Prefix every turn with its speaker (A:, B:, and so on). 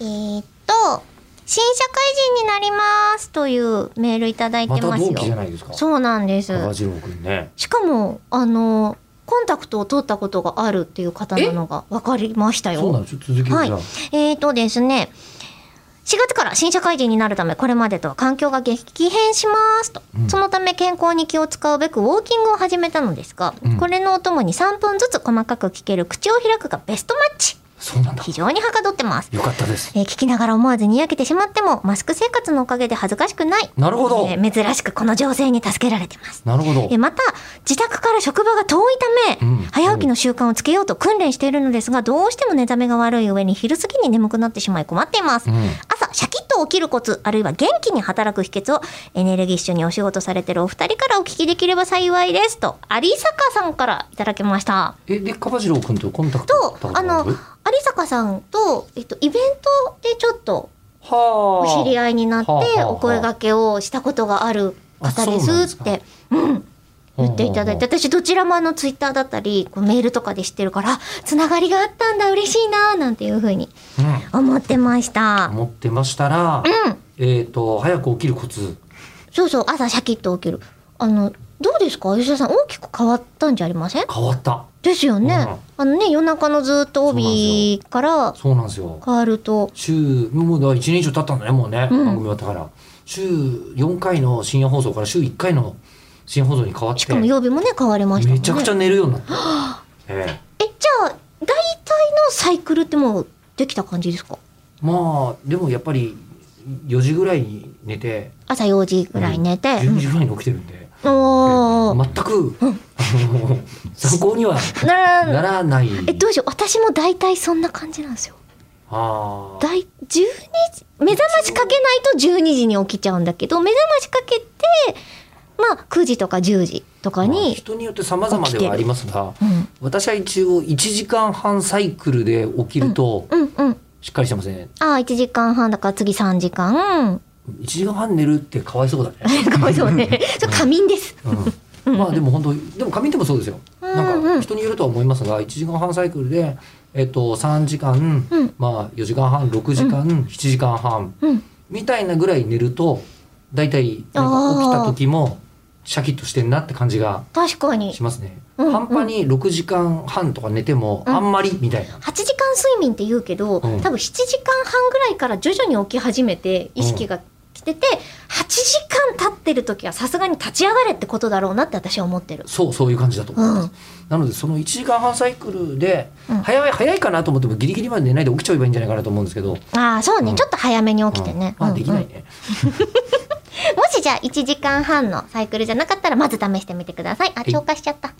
A: えーっと、新社会人になりますというメールいただいて
B: ま
A: ますよ。
B: た同期じゃないですか
A: そうなんです。
B: 高次郎くんね
A: しかも、あの、コンタクトを取ったことがあるっていう方なのが分かりましたよ。
B: そうなんですよ続けるじゃ
A: はい
B: ん、。
A: えーとですね、4月から新社会人になるため、これまでとは環境が激変しますと、
B: うん
A: そのため健康に気を使うべくウォーキングを始めたのですが、
B: うん
A: これのお供に3分ずつ細かく聞ける口を開くがベストマッチ。
B: そうなんだ
A: 非常にはかどってます。
B: よかったです
A: えー聞きながら思わずにやけてしまっても、マスク生活のおかげで恥ずかしくない。
B: なるほど
A: えー珍しくこの情勢に助けられてます。
B: なるほど
A: えーまた、自宅から職場が遠いため、
B: うん
A: 早起きの習慣をつけようと訓練しているのですが、どうしても寝覚めが悪い上に昼過ぎに眠くなってしまい困っています。
B: うん
A: 朝、シャキッと起きるコツ、あるいは元気に働く秘訣をエネルギッシュにお仕事されてるお二人からお聞きできれば幸いです。と、有坂さんからいただきました。
B: えで高次郎くんとコンタクト
A: と、
B: 取っ
A: あ
B: たこと
A: の、
B: る
A: 有坂さんと、えっと、イベントでちょっと
B: は
A: お
B: あ
A: 知り合いになって
B: はあはあはあ
A: お声掛けをしたことがある方ですっ
B: あそうなん
A: て言っていただいて
B: は
A: 私どちらもあのツイッターだったりこうメールとかで知ってるからあつながりがあったんだ嬉しいななんていうふうに
B: あはあ
A: 思ってまし
B: う
A: た
B: ん、持ってましたら、えっ、と早く起きるコツ
A: そうそう朝シャキッと起きるあのどうですか吉田さん大きく変わったんじゃありません
B: 変わった
A: ですよね、
B: うん
A: あのね夜中のずっと帯から
B: そうなんですよ
A: 変わると
B: 週もうだから1年以上経ったんだねもうね、
A: うん
B: 番組終わったから週4回の深夜放送から週1回の深夜放送に変わって
A: しかも曜日もね変わりましたもん
B: め
A: ね
B: ちゃくちゃ寝るようになった、 え
A: え
B: え
A: じゃあ大体のサイクルってもうできた感じですか
B: まあでもやっぱり4時ぐらいに寝て
A: 朝4時ぐらい寝て、
B: 12時ぐらいに起きてるんで、
A: うんおー
B: 全く、あの参考には
A: なら
B: ならない
A: えどうしよう私も大体そんな感じなんですよ
B: あー
A: だい12時目覚ましかけないと12時に起きちゃうんだけど目覚ましかけてまあ9時とか10時とか
B: まあ
A: に、
B: 人によって様々ではありますが
A: うん、
B: 私は一応1時間半サイクルで起きると
A: うんうん
B: しっかりしてません
A: ああ1時間半だから次3時 間
B: 1時間半寝るってかわいそうだね、
A: かわいそう ねそれ仮眠です
B: うんまあでも本当でも紙でもそうですよ
A: うんうん
B: なんか人によるとは思いますが1時間半サイクルで、えっと、3時間、
A: うん
B: まあ4時間半6時間、7時間半
A: うん
B: みたいなぐらい寝ると大体なんか起きた時もシャキッとしてんなって感じが
A: 確かに
B: しますね、
A: うんうん
B: 半端に6時間半とか寝ても
A: うん
B: あんまりみたいな、
A: 8時間睡眠って言うけど、
B: うん
A: 多分7時間半ぐらいから徐々に起き始めて意識が来てて、8時間経ってる時はさすがに立ち上がれってことだろうなって私は思ってる。
B: そうそういう感じだと思
A: う
B: い
A: ん、
B: ま
A: う
B: す、
A: ん
B: なのでその1時間半サイクルで
A: うん
B: 早い早いかなと思ってもギリギリまで寝ないで起きちゃえばいいんじゃないかなと思うんですけど、
A: ああそうね、
B: うん
A: ちょっと早めに起きてね、
B: うんまあ
A: うん
B: できな
A: う
B: い
A: ん
B: ね、
A: もしじゃあ1時間半のサイクルじゃなかったらまず試してみてくださいあ
B: い
A: 超過しちゃった